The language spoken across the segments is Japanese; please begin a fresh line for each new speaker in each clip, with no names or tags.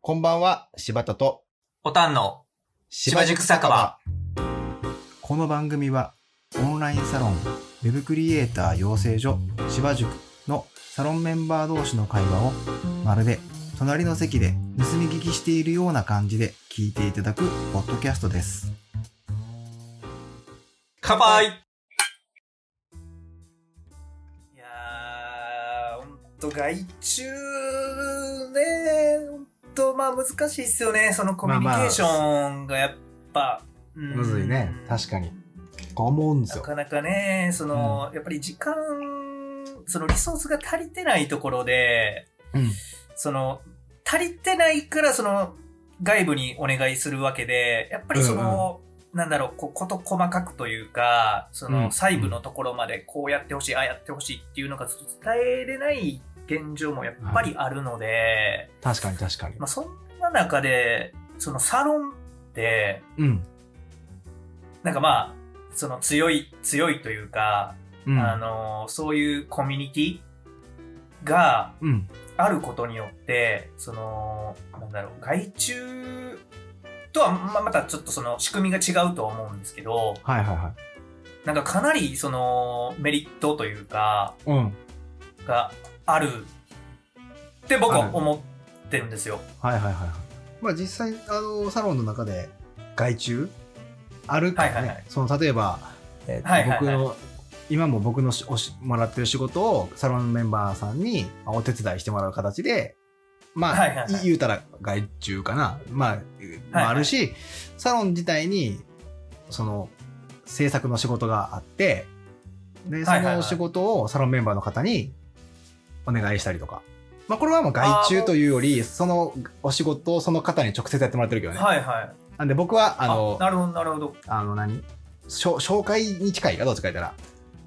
こんばんは、柴田と、
おたんの
柴
塾酒場。
この番組は、オンラインサロン、ウェブクリエイター養成所、柴塾のサロンメンバー同士の会話を、まるで隣の席で盗み聞きしているような感じで聞いていただくポッドキャストです。
乾杯いやー、ほんと外注ね、ほんとまあ難しいっすよね。そのコミュニケーションがやっぱ、む
むずいね確かにと思うんです
な。かなかね、その、やっぱり時間、そのリソースが足りてないところで、
うん
その、足りてないから、その、外部にお願いするわけで、やっぱりその、なんだろう、こうこと細かくというか、そ
うん
の、細部のところまでこうやってほしい、ああやってほしいっていうのがちょっと伝えれない現状もやっぱりあるので、
確かに確かに
まあそんな中で、そのサロンって、
うん。
なんかまあ、その強い、強いというか、
うん
あのそういうコミュニティが
うん。
あることによってそのなんだろう外注とはままたちょっとその仕組みが違うとは思うんですけど
はいはいは
なんかかなりそのメリットというか
い。うん。
があるって僕
あ
は
る
思ってるんですよ。
はいはいはいはい。まあ実際、あの、サロンの中で、外注あるからね、
はいはいはい
その、例えば、えーと
はいはいはい
僕の、今も僕のしおしもらってる仕事をサロンメンバーさんにまあお手伝いしてもらう形で、まあ、
はいはいはい
言うたら外注かな、まあ、ま
はい
あ、あるし、サロン自体に、その、制作の仕事があって、で、そ
はいはいは
の
い
仕事をサロンメンバーの方にお願いしたりとか。まあ、これはもう外注というより、そのお仕事をその方に直接やってもらってるけどね。
はいはい。
なんで僕は、あ
あ
の、あ
なるほどなるほど。
の何、しょ紹介に近いか、どっちか言ったら。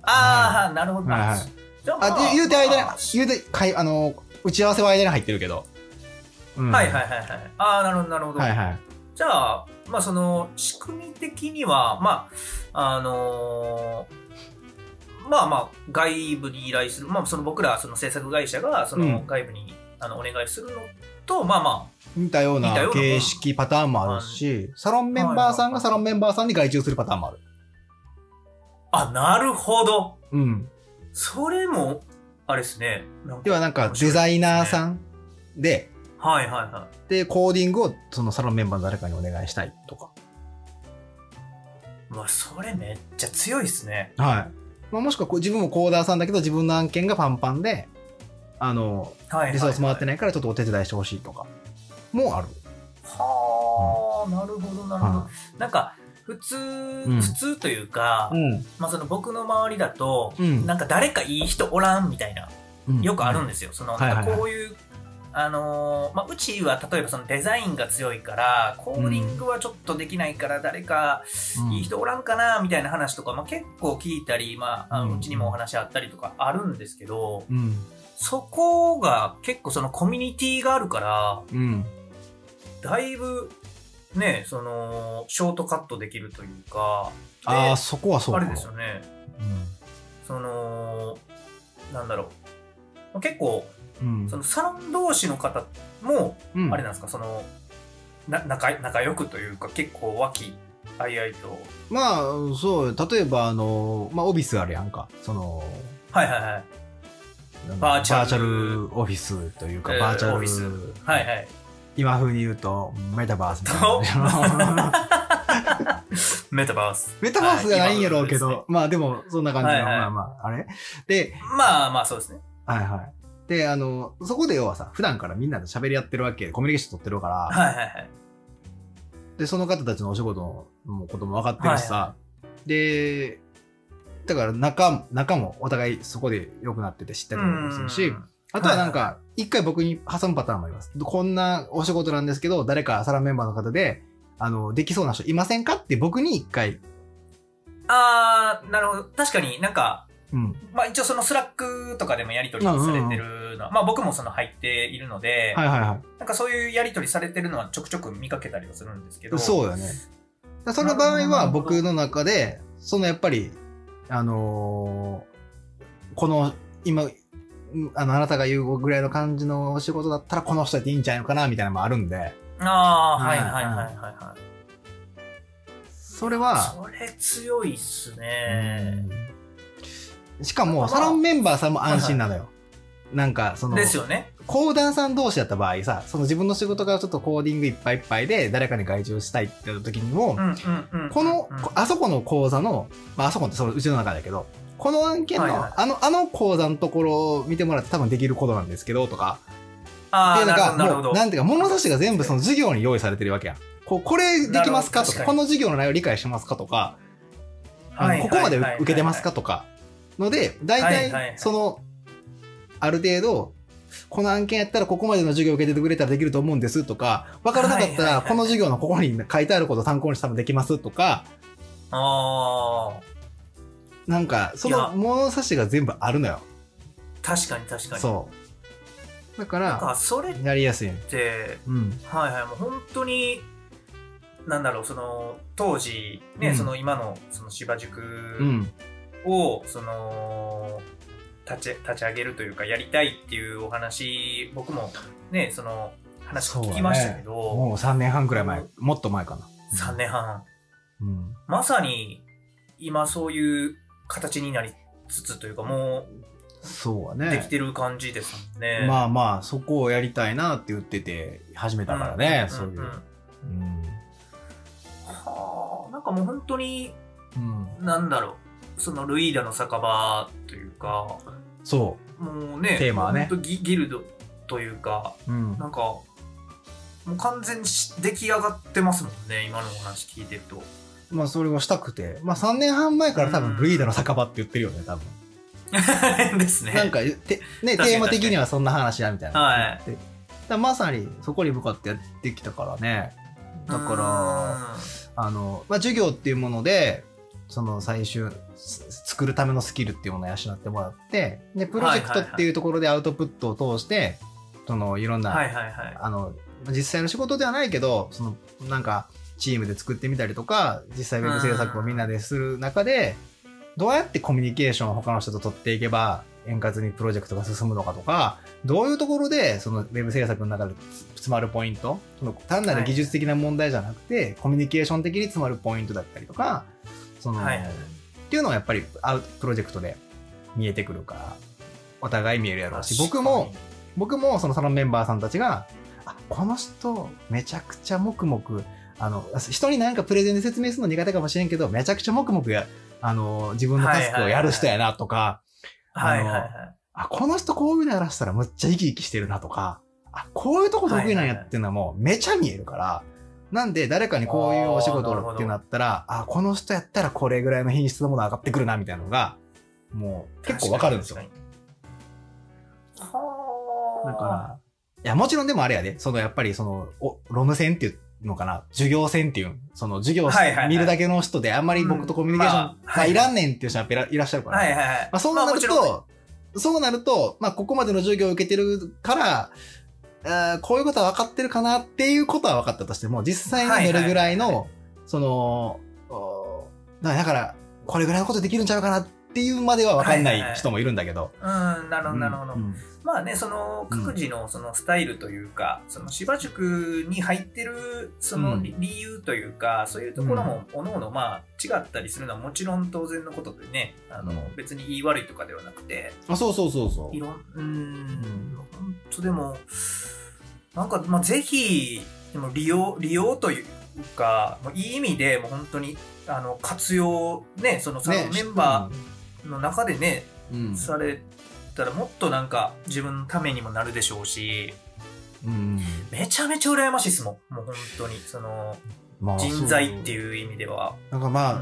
ああ、なるほど。
はいはい
じゃあま
あ、で言うて間に
まあ、
言うて、かい、あの、打ち合わせは間に入ってるけど。うん
はいはいはいはい。ああ、なるほどなるほど。
はいはい。
じゃあ、まあ、その、仕組み的には、まあ、あのーまあまあ、外部に依頼する、まあ、その僕ら、その制作会社が、そうの
ん
外部に、あの、お願いするのと、まあま
似たよう
似たよう
な
な
形式パターンもあるし、サロンメンバーさんがサロンメンバーさんに外注するパターンもある。
あ、あ、なるほど。
うん。
それも、あれですね。なん
で
か
はなんかデザイナーさんで、
はいはいは
で、コーディングをそのサロンメンバーの誰かにお願いしたいとか。
い。うわ、それめっちゃ強いですね。
はい。まあ、もしくはこう自分もコーダーさんだけど自分の案件がパンパンで、あの、
はいはい、はい。
リソース回ってないからちょっとお手伝いしてほしいとか、もある。
はあ、なるほどなるほど。
は
なんか、普通、
ん
普通というか、
うん。
まあその僕の周りだと、
うん
なんか誰かいい人おらんみたいな、
うん
よくあるんですよ。その、
はいはいはい
なんかこういう、あのーまあ、うちは例えばそのデザインが強いから、コーディングはちょっとできないから、誰か
うん
いい人おらんかな、みたいな話とか、まあ、結構聞いたり、まあ、あ
う
の
ん
うちにもお話あったりとかあるんですけど、
うん。
そこが結構そのコミュニティがあるから、
うん。
だいぶ、ね、その、ショートカットできるというか、で
ああ、そこはそう
あ
か
れ
も
ですよね。
う
そのなんだろう結構
ん。うん
そのサロン同士の方も、
うん
あれなんですかそのな仲仲良くというか結構和気あいあいと
まあ、そう、例えば、あの、まあ、オフィスあるやんか。その、
はいはいはい
バ
バ
ー
ー
チ
チ
ャル
ャル
オフィスというか、
えー
バーチャル、
オフィスはいはい
今風に言うと、メタバースみたい
と
な。
メタバース
メタバースじゃないんやろうけど、
はい今の
まあでも、そんな感じの、
はいはい
まあまあ、あれで、
ですねまあまあそうですね
はいはい。で、あの、そこで要はさ、普段からみんなで喋り合ってるわけで、コミュニケーション取ってるから、
はいはいはい
で、その方たちのお仕事のことも分かってるしさ、で、だから仲、仲もお互いそこで良くなってて知ったりもするし、
うん
あとはなんか、一回僕に挟むパターンもあります。こんなお仕事なんですけど、誰かサラメンバーの方で、あの、できそうな人いませんかって僕に一回、
ああなるほど確かになんか
うん。
まあ一応そのスラックとかでもやり取りされてるのは、まあ僕もその入っているので、
はいはいは
なんかそういうやり取りされてるのはちょくちょく見かけたりはするんですけど。
い。そうだよね。だからその場合
な
は
るほど
僕の中で、そのやっぱり、あのーこの、今、うんあの、あなたが言うぐらいの感じのお仕事だったら、この人やっていいんじゃないのかな、みたいなのもあるんで、
ああ、
は
はいいはいはいはいはい。
それは、
それ強いっすね。
うんしかも、
まあ
サロンメンバーさんも安心なのよ。なんか、その、
ですよね。
講談さん同士だった場合さ、その自分の仕事がちょっとコーディングいっぱいいっぱいで、誰かに外注したいって時にも、
うんうんうん。
この
うん、
あそこの講座の、まあ、あそこってそのうちの中だけど、この案件の、
はいはい
あの、あの講座のところを見てもらって多分できることなんですけど、とか、って
あ
い
あ、
うの
なる
が、も
ほど、なるほ
う
ど。
なんていうか、物差しが全部その授業に用意されてるわけやん。こう、これできますか
なる
とか、
ほど確
こ
かに
の授業の内容理解してますかとか、あのここまで受受けてますかとか、ので、大
はいはいは
体、
い
その、ある程度、この案件やったらここまでの授業受けててくれたらできると思うんですとか、わからなかった
はいはい
ら
はい
この授業のここに書いてあることを参考にしたらできますとか、
ああ、
なんか、そ
いや
の物差しが全部あるのよ。
確かに確かに。
そう。だか
なん
ら、
か、それっ
やりやすいね。
て、
うん。
はいはい、もう本当に、なんだろう、その、当時、ね、
うん
その今の、その芝塾
うん。
を、その、立ち、立ち上げるというか、やりたいっていうお話、僕も、ね、その、話聞きましたけど、
もう3年半くらい前、もっと前かな。
3年半、
うん。
まさに、今そういう形になりつつというか、も
そう
う、
ね。
できてる感じですもんね。
まあまあ、そこをやりたいなって言ってて、始めたからね、
ん
そういう。
んん
うん。
はあ、なんかもう本当に、
うん。
なんだろう、そのルイーダの酒場というか、
そ
もうね、
テーマはね
ほんとギギルドというか、
う。うん。
なんか、もう完全にし出来上がってますもんね、今のお話聞いてると。
まあ、それをしたくて。まあ、3年半前から多分、
うん
ブリーダの酒場って言ってるよね、多分。
ですね。
なんか、てね、
確かに
テーマ的にはそんな話だみたいな。
はい
で。だからまさに、そこに向かってやってきたからね。だから、あの、まあ、授業っていうもので、その最終、す作るためのスキルっていうものを養ってもらって、で、プロジェクトっていうところでアウトプットを通して、その、いろん
う
な、
ん、はいはいはい。
あの実際の仕事ではないけどそのなんかチームで作ってみたりとか実際ウェブ制作をみんなでする中でどうやってコミュニケーションを他の人と取っていけば円滑にプロジェクトが進むのかとかどういうところでそのウェブ制作の中でつ詰まるポイントその単なる技術的な問題じゃなくて、コミュニケーション的に詰まるポイントだったりとかその、
はいはい
っていうのはやっぱりアウプロジェクトで見えてくるからお互い見えるやろうし
確か
僕
に
も、僕もそのサロンメンバーさんたちが、あ、この人、めちゃくちゃもくもく、あの、人になんかプレゼンで説明するの苦手かもしれんけど、めちゃくちゃもくもくや、あの、自分のタスクをやる人やなとか、
はいはいは
あ、この人こういうのやらせたらむっちゃ生き生きしてるなとか、あ、こういうとこ得意なんやっていうのはもうめちゃ見えるから、なんで誰かにこういうお仕事
あーなるほ
を
ど
ってなったら、あ、この人やったらこれぐらいの品質のもの上がってくるなみたいなのが、もう
い。
結構わかるんですよ。
確かに。確かにはあ。
だから、いや、もちろんでもあれやで、そのやっぱりその、お、ロム線っていうのかな、授業線っていう、その授業をし
はいはいはい
見るだけの人であんまり僕とコミュニケーション、
うん
ま
ま
あ
あ、はい
いらんねんっていう人はいらいらっしゃるから、
はいはいはい。
まあそうな
も
る
ち
と、
ろん
そうなると、まあここまでの授業を受けてるから、あーこういうことは分かってるかなっていうことは分かったとしても、実際にどれぐらいの、
はいはいは
その、おだだから、これぐらいのことできるんちゃうかなっていうまでは分かん
はいはい
な
はいい
人もいるんだけど。
うん、なるほどなるほど。
うん
まあね、その
うん
各自のそのスタイルというか、その芝塾に入ってるそうの
ん
理理由というか、そういうところも各々まあ違ったりするのはもちろん当然のことでね、あの
うん
別に言い悪いとかではなくて、
あそうそうそうそう
い。ろん、うーん、本当でも、なんかまあぜひ、でも利用、利用というか、もういい意味でもう本当に、あの、活用、ね、そのサロンメンバーの中でね、
ー、うん
されたらもっとなんか自分のためにもなるでしょうし
うん
めちゃめちゃ羨ましいですもんもう本当にその
まあ
人材って
う。
いう意味では
なんかまあ、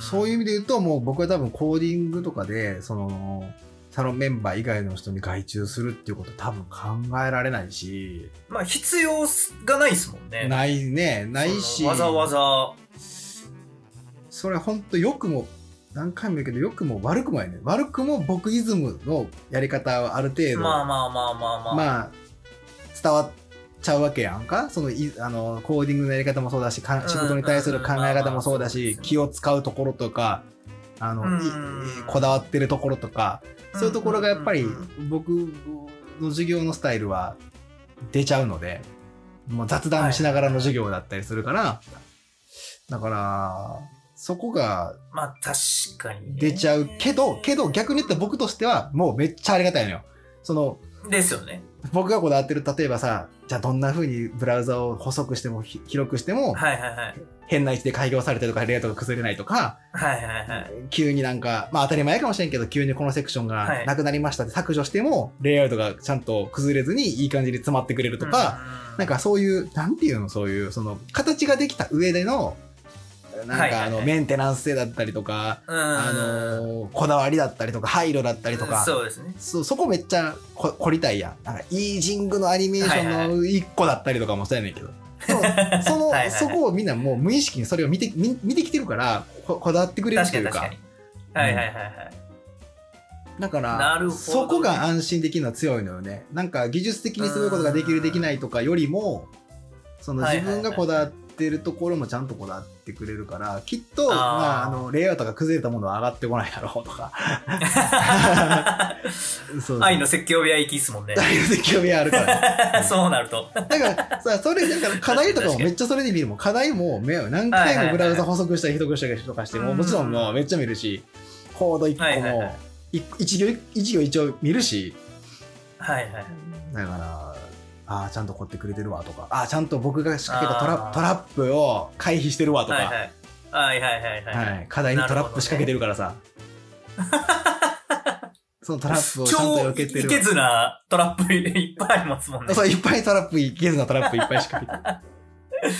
そういう意
う
味で言うと、もう僕は多分コーディングとかで、その、サロンメンバー以外の人に外注するっていうこと多分考えられないし、
ーんまあ必要がないですもんね
ないね、ないし、
そのわざわざ
それほんと良くも、何回も言うけど、良くも悪くもやね。悪くも僕イズムのやり方はある程度、
まあまあまあまあまあ、
まあ、伝わっちゃうわけやんかそのいあのコーディングのやり方もそうだしか
うん
仕事に対する考え方もそうだ
まあまあそうです
し
ね
気を使うところとかあの、
うん
いこだわってるところとかそういうところがやっぱり
うんうん
僕の授業のスタイルは出ちゃうので、もう雑談しながらの授業だったりするから、だからそこが
まあ確かに、
出ちゃうけど、けど逆に言ったら僕としてはもうめっちゃありがたいのよ。その
ですよね
僕がこだわってる例えばさじゃあどんな風にブラウザを細くしてもひ広くしても
はいはいはい
変な位置で開業されてるとかレイアウトが崩れないとか、
はいはいはい
急になんか、まあ当たり前かもしれんけど、急にこのセクション
は
が
い
なくなりましたって削除しても、レイアウトがちゃんと崩れずにいい感じに詰まってくれるとか、
うん
なんかそういう、なんていうの、そういう、その、形ができた上での、な
は
ん
い
かあ
はいはい
の、メンテナンス性だったりとか、
うん
あのー、こだわりだったりとか、配慮だったりとか、
そうですね
そそこめっちゃこ凝りたいやんなんかイージングのアニメーシ
はい
ョ
は
ンの一個だったりとかもそうやねんけど、で もその
はいはいはい
そこをみんなもう無意識にそれを見て見見てきてるからここだわってくれる
確
と
か
い
に
うか
確かにはいはいはいはい
だから
なるほどね
そこが安心できるのは強いのよねなんか技術的にすごいことができ
う
る
ん
できないとかよりもその
はい
自
はいはい
分がこだわってるところもちゃんとこだわってくれるからきっと
あー
まあ、あのレイアウトが崩れたものは上がってこないだろうと かそうそう
愛の説教部屋行きっすもんね
愛の説教部屋あるからん
そうなると
だからさ、それ、だから課題とかもめっちゃそれで見るもん。課題も目を何回もブラウザ補足したり、ひどくしたりとかしても、
うん
もちろんもうめっちゃ見るし、コード1個
はいはい
も
はい、
い一行一行一応見るし、
はいはい
だから、ああ、ちゃんと凝ってくれてるわとか、ああ、ちゃんと僕が仕掛けたトラ
あー
トラップを回避してるわと
はい
か、
はいはいはいはいはい
はい課題にトラップ仕掛けてるから さ。そのトラップをちゃんと
超
避けて
い
る。
けずなトラップいっぱいありますもんね
そう、いっぱいトラップ、いけずなトラップいっぱい仕掛けてる。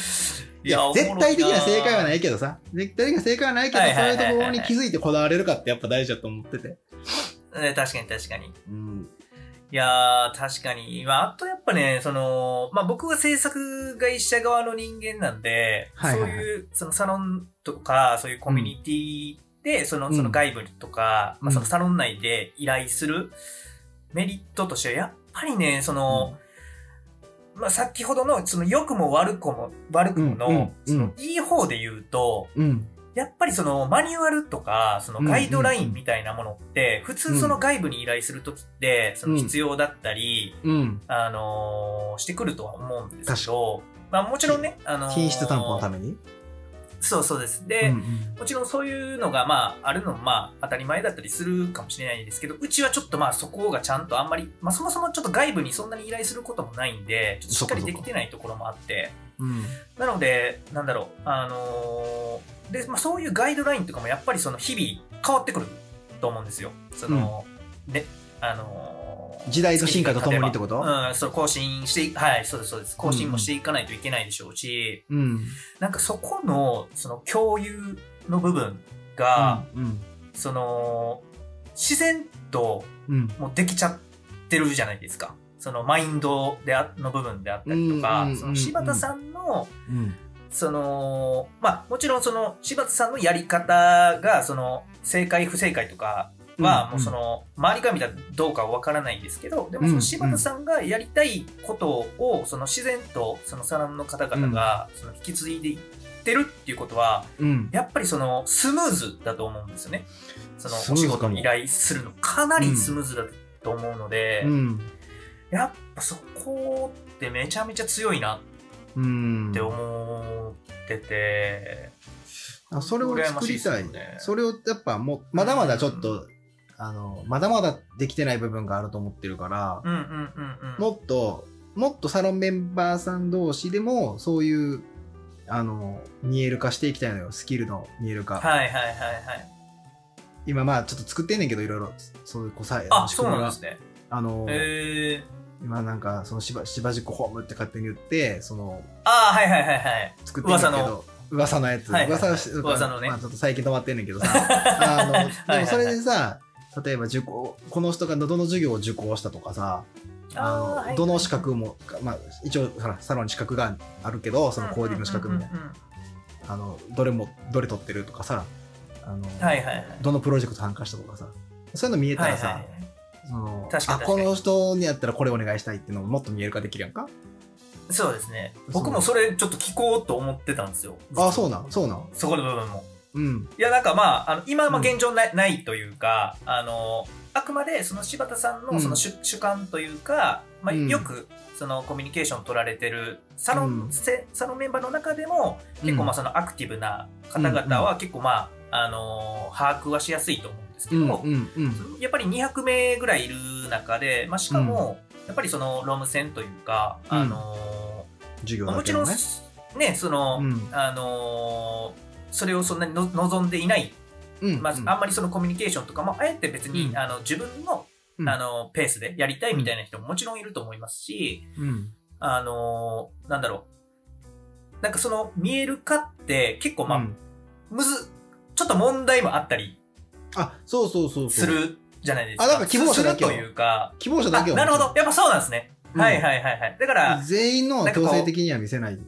いや
おもろい
絶対的な正解はないけどさ絶対的な正解はないけど、
はいはいはいはい
そういうところに気づいてこだわれるかってやっぱ大事だと思ってて、
ね確かに確かに
うん、
いやー、確かに。まあ、あとやっぱね、その、まあ僕は制作会社側の人間なんで、
はいはいはい
そういう、そのサロンとか、そういうコミュニティで、その、その外部とか、
うん
まあそのサロン内で依頼するメリットとしては、やっぱりね、その、まあ先ほどの、その良くも悪くも、悪くもの、
うんうん
そのいい方で言うと、
うん
やっぱりそのマニュアルとか、そのガイドラインみたいなものって、普通その外部に依頼するときって、その必要だったり、
うん
あのーしてくるとは思うんですけど、まあもちろんね、あのー
品質担保のために、
そうそうです。
う
で、
んうん
もちろんそういうのが、まあ、あるのも、まあ、当たり前だったりするかもしれないですけど、うちはちょっとまあ、そこがちゃんとあんまり、まあ、そもそもちょっと外部にそんなに依頼することもないんで、ちょっとしっかり
そっ
で
かそ
き
っか
てないところもあって、
うん
なので、なんだろう、あのーで、まあ、そういうガイドラインとかもやっぱりその日々変わってくると思うんですよ。その、ね、あのー
時代と進化とともにってこと
うん、そう、更新してい、はい、そうです、そうです。更新もしていかないといけないでしょうし、
うん
なんかそこの、その共有の部分が、
うん
その、自然と
うん
もうできちゃってるじゃないですか。そのマインドであの部分であった
う
りと
んうんうん
か
う、ん
その柴田さんの、
うん
そのまあもちろんその柴田さんのやり方がその正解不正解とかは
ん
もうその周りが見たらどうかはわからないですけどでも
うん
その柴田さんがやりたいことをその自然とそのサロンの方々がその引き継いでいってるっていうことは
うん
やっぱりそのスムーズだと思うんですよね。その
ス
お
ムーズ
仕
かも
事に依頼するのかなりスムーズだと思うので、
うん
やっぱそこってめちゃめちゃ強いな
うん
って思ってて。
あそれを作りたい
羨ましいですね
それをやっぱもうまだまだちょっと、あのまだまだできてない部分があると思ってるから、
うんうんうんうん。
もっと、もっとサロンメンバーさん同士でも、そういう、あの、見える化していきたいのよ。スキルの見える化。
はいはいはいはい。
今、まあ、ちょっと作ってんねんけど、いろいろ、そういう、こう、さ、
あ、
仕
そう
組み
なん
が
ですね。
あの、
へえ。
今なんか、その芝、芝塾ホームって勝手に言って、その、
あーはいはいはいはい。
作ってんねんけ
噂
ど
の、
噂のやつ。
はいはいはい
噂をし
噂のね
まあ、ちょっと最近止まってんねんけどさ。 あの、
は
で
い
もそれでさ、例えば受講、この人がどの授業を受講したとかさ、あの
ーはい
どの資格も、まあ、一応ほらサロンに資格があるけどそのコーディングの資格みたいな、。
うんうんうんうん
あのどれもどれ取ってるとかさあの、
はいはいはい。
どのプロジェクト参加したとかさそういうの見えた
はい
ら
はい
さ、
はい。
その
確か
あ
に確
こ
かに
の人にやったらこれお願いしたいっていうのももっと見える化できるやんか
そうですね
そう。
僕もそれちょっと聞こうと思ってたんですよ。
あそうなんそうなん
そこの部分も。
うん。
いや、なんかまあ、あの今はまあ
うん
現状ない,、ないというか、あの、あくまでその柴田さん
う
の
ん
その主,、主観というか、まあ、
うん
よくそのコミュニケーション取られてるサロン、
うん
せサロンメンバーの中でも、結構まあそのアクティブな方
うんう
々
ん
は結構まあ、あの、把握はしやすいと思うんですけど、
うんうんうん。
やっぱり200名ぐらいいる中で、まあ、しかも、やっぱりそのロム線というか、
うん
あの
授業
まあ
だ
もち
け
ろ
ど
ん
ね。
ねその、
うん
あのそれをそんなにの望んでいない、
うん
まあ、あんまりそのコミュニケーションとかもあえて別に、
うん
あの自分の,、
うん
あのペースでやりたいみたいな人ももちろんいると思いますし、
うん
あのなんだろうなんかその見える化って結構まあ、
うん
むずちょっと問題もあったり
あ、そうそうそうそう。
す。るじゃないですか。
あなんか希望者だけ
す
は
るというか
希望者だ
あ
けは。
なるほど。。やっぱそうなんですね。
うん
はいはいはいはい。だから、
全員の強制的には見せない。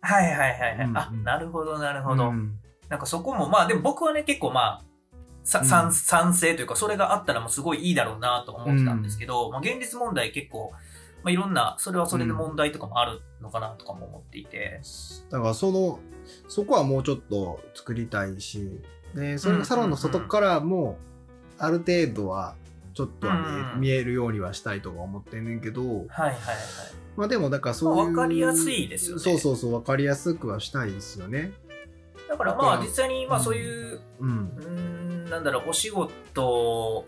はいはいはいはい。
うん
あ
う、ん
なるほどなるほど。
うん
なんかそこも、まあでも僕はね、結構まあ、さ
うん
賛賛成というか、それがあったらもうすごいいいだろうなと思ってたんですけど、まあ現実問題結構、まあいろんな、それはそれで問題とかもあるのかなとかも思っていて。
だからそのそこはもうちょっと作りたいしでそれがサロンの外からもある程度はちょっとはね、
うん
見えるようにはしたいとか思ってんねんけど
はいはいはい。
まあでもだからそういう、
まあわかりやすいですよね
そうそうそう分かりやすくはしたいですよね
だから
だ
ま
か
あ
ら
実際に、まあそういう、
うん
うーん、なんだろう、お仕事、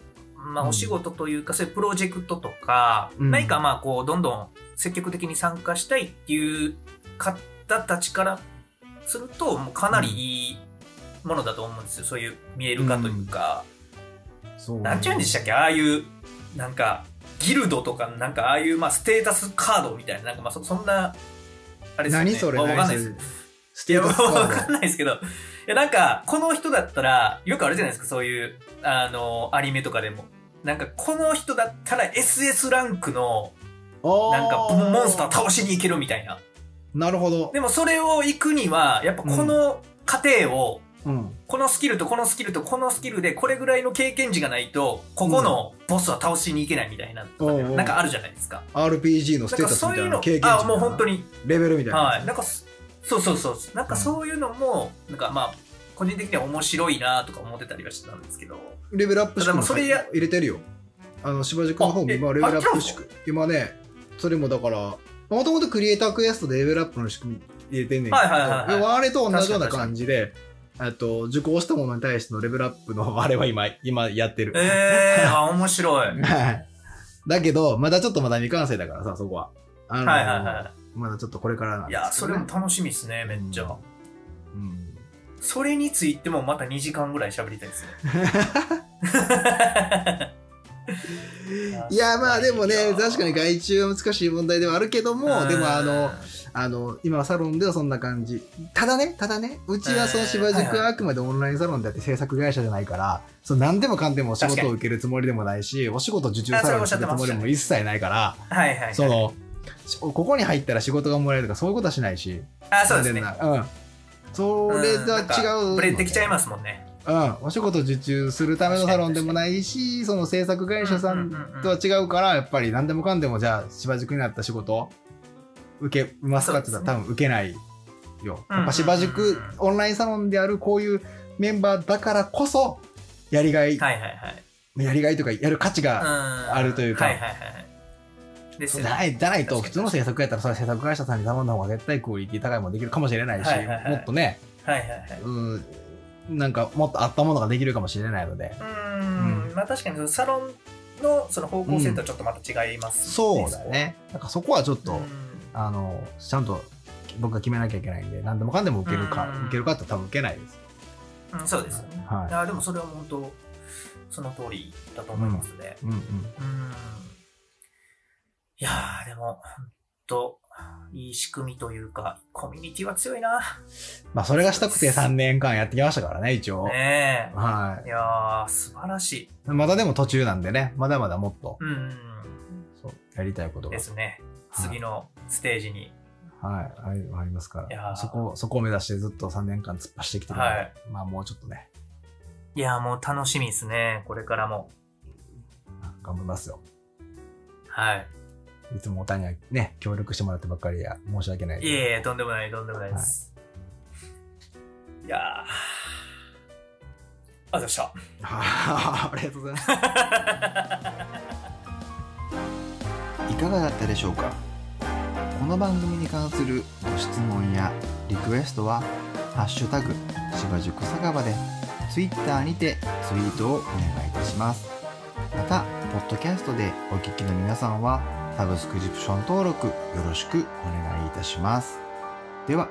まあ、
うん
お仕事というか、そういうプロジェクトとか、
うん
何かまあ、こう、どんどん積極的に参加したいっていう方たちからすると、もうかなりいいものだと思うんですよ。そういう見える化というか、
そう
なんちゅうんでしたっけ、ああいう、なんか、ギルドとか、なんか、ああいう、まあ、ステータスカードみたいな、なんか、まあ、そそんな、あれですよね。
何それ
まあわかん
何そ
ない
れ
です。
ス
い
テ
や、
ータ
わ
スカ
か
ー
ん
ド
ないですけど。いや、なんか、この人だったら、よくあるじゃないですか、そういう、あの、アニメとかでも。なんか、この人だったら SS ランクの、
あー
なんか、モンスター倒しに行けるみたいな。
なるほど、
でも、それを行くには、やっぱこの過程を、
うん、
このスキルとこのスキルとこのスキルで、これぐらいの経験値がないと、ここのボスは倒しに行けないみたいな、
おうおう
なんかあるじゃないですか。
RPG の
な
ス
ん
テー
か、
タス
そ
み
う
た
い
いうな
の
経験値み、たいな
あ、もう本当に、
レベルみたいな、
はい、なんかそそうそうそうなんかそういうのも、なんかまあ個人的には面白いなとか思ってたりはしてたんです けど
レベルアップ
ただ
宿
もう
も
それ
入
や
れてるよ。あの、芝塾の方
あ
も
え
今、レベルアッ
あ
プ宿
違。
今ね、それもだから、もともとクリエイタークエストでレベルアップの仕組み入れてんねんけど、
はいはいはいはい
でもあれと同じような感じで、えっと、受講したものに対してのレベルアップの あれは今、今やってる。
ええー、あ面白いはい
はい だけど、まだちょっとまだ未完成だからさ、そこは。あの
はいは
まだちょっとこれからなん
いい
で
や
す
そ
けど
れ
ね
も楽しみですねめっちゃ、
うん
それについてもまた2時間ぐらい喋りたいですね
いや、まあでもね、確かに
外
外注は難しい問題ではあるけども、でもあの、あの今サロンではそんな感じただねただねうちはその芝
えーはい
塾
は
はあくまでオンラインサロンであって制作会社じゃないからその何でもかんでもお仕
確か
事
に
を受けるつもりでもないしお仕事受注
あ
サ
それ
ロ
お
ン
っしゃ
す
って
るつ
ました
もりも一切ないから
はいはい、はい、
そのしここに入ったら仕事がもらえるとかそういうことはしないし
あそうですね
完全なうんそれとは
んなんか
違う
ブレてきちゃい
す
ますもんね
うんお仕事受注するためのサロンでもないしその制作会社さん
うううう
とは違うからやっぱり何でもかんでもじゃあ芝塾になった仕事受けますかって言ったら、多分受けないよ。
うん
やっぱ芝塾オンラインサロンであるこういうメンバーだからこそやりがい、
はいはいはい
やりがいとかやる価値が、
あ
るというか
はいはいはい。ですよ
じゃ
ね。
ないじゃないと
確かに
普通の制作やったらそれは制作会社さんに頼んだ方が絶対クオリティ高いもんできるかもしれないし、
はいはいはい
もっとね
はいはいはい。
うんなんかもっとあったものができるかもしれないので。
うーん、まあ確かにそのサロンのその方向性とはちょっとまた違います、
そうだ。ね。なんかそこはちょっと、
うん
あのちゃんと僕が決めなきゃいけないんで何でもかんでも受けるか、
うん
受けるかって多分受けないです
うん、そうですよね。
はい
あでもそれは本当、その通りだと思いますね。
うんうん
うん。いやー、でも、本当いい仕組みというか、コミュニティは強いな。
まあそれがしたくて3年間やってきましたからね一応、
ねえ。
はい
やー、素晴らし
い
い。
まだでも途中なんでねまだまだもっと
うん。
そうやりたいことが
で、すね。次のステージに。
はい、ありありますか
いやー
らそこそこを目指してずっと3年間突っ走ってきてるので、
はい
まあもうちょっとね
いやー、もう楽しみですね。これからも。
頑張りますよ
はい。
いつもおたにはね協力してもらってばっかりや申し訳ない
いえいえ、とんでもない、とんでもないです。い、やーありがとうございました。
あーありがとうございますいかがだったでしょうかこの番組に関するご質問やリクエストは「ハッシュタグ芝塾酒場」で Twitter にてツイートをお願いいたしますまたポッドキャストでお聞きの皆さんはサブスクリプション登録よろしくお願いいたしますでは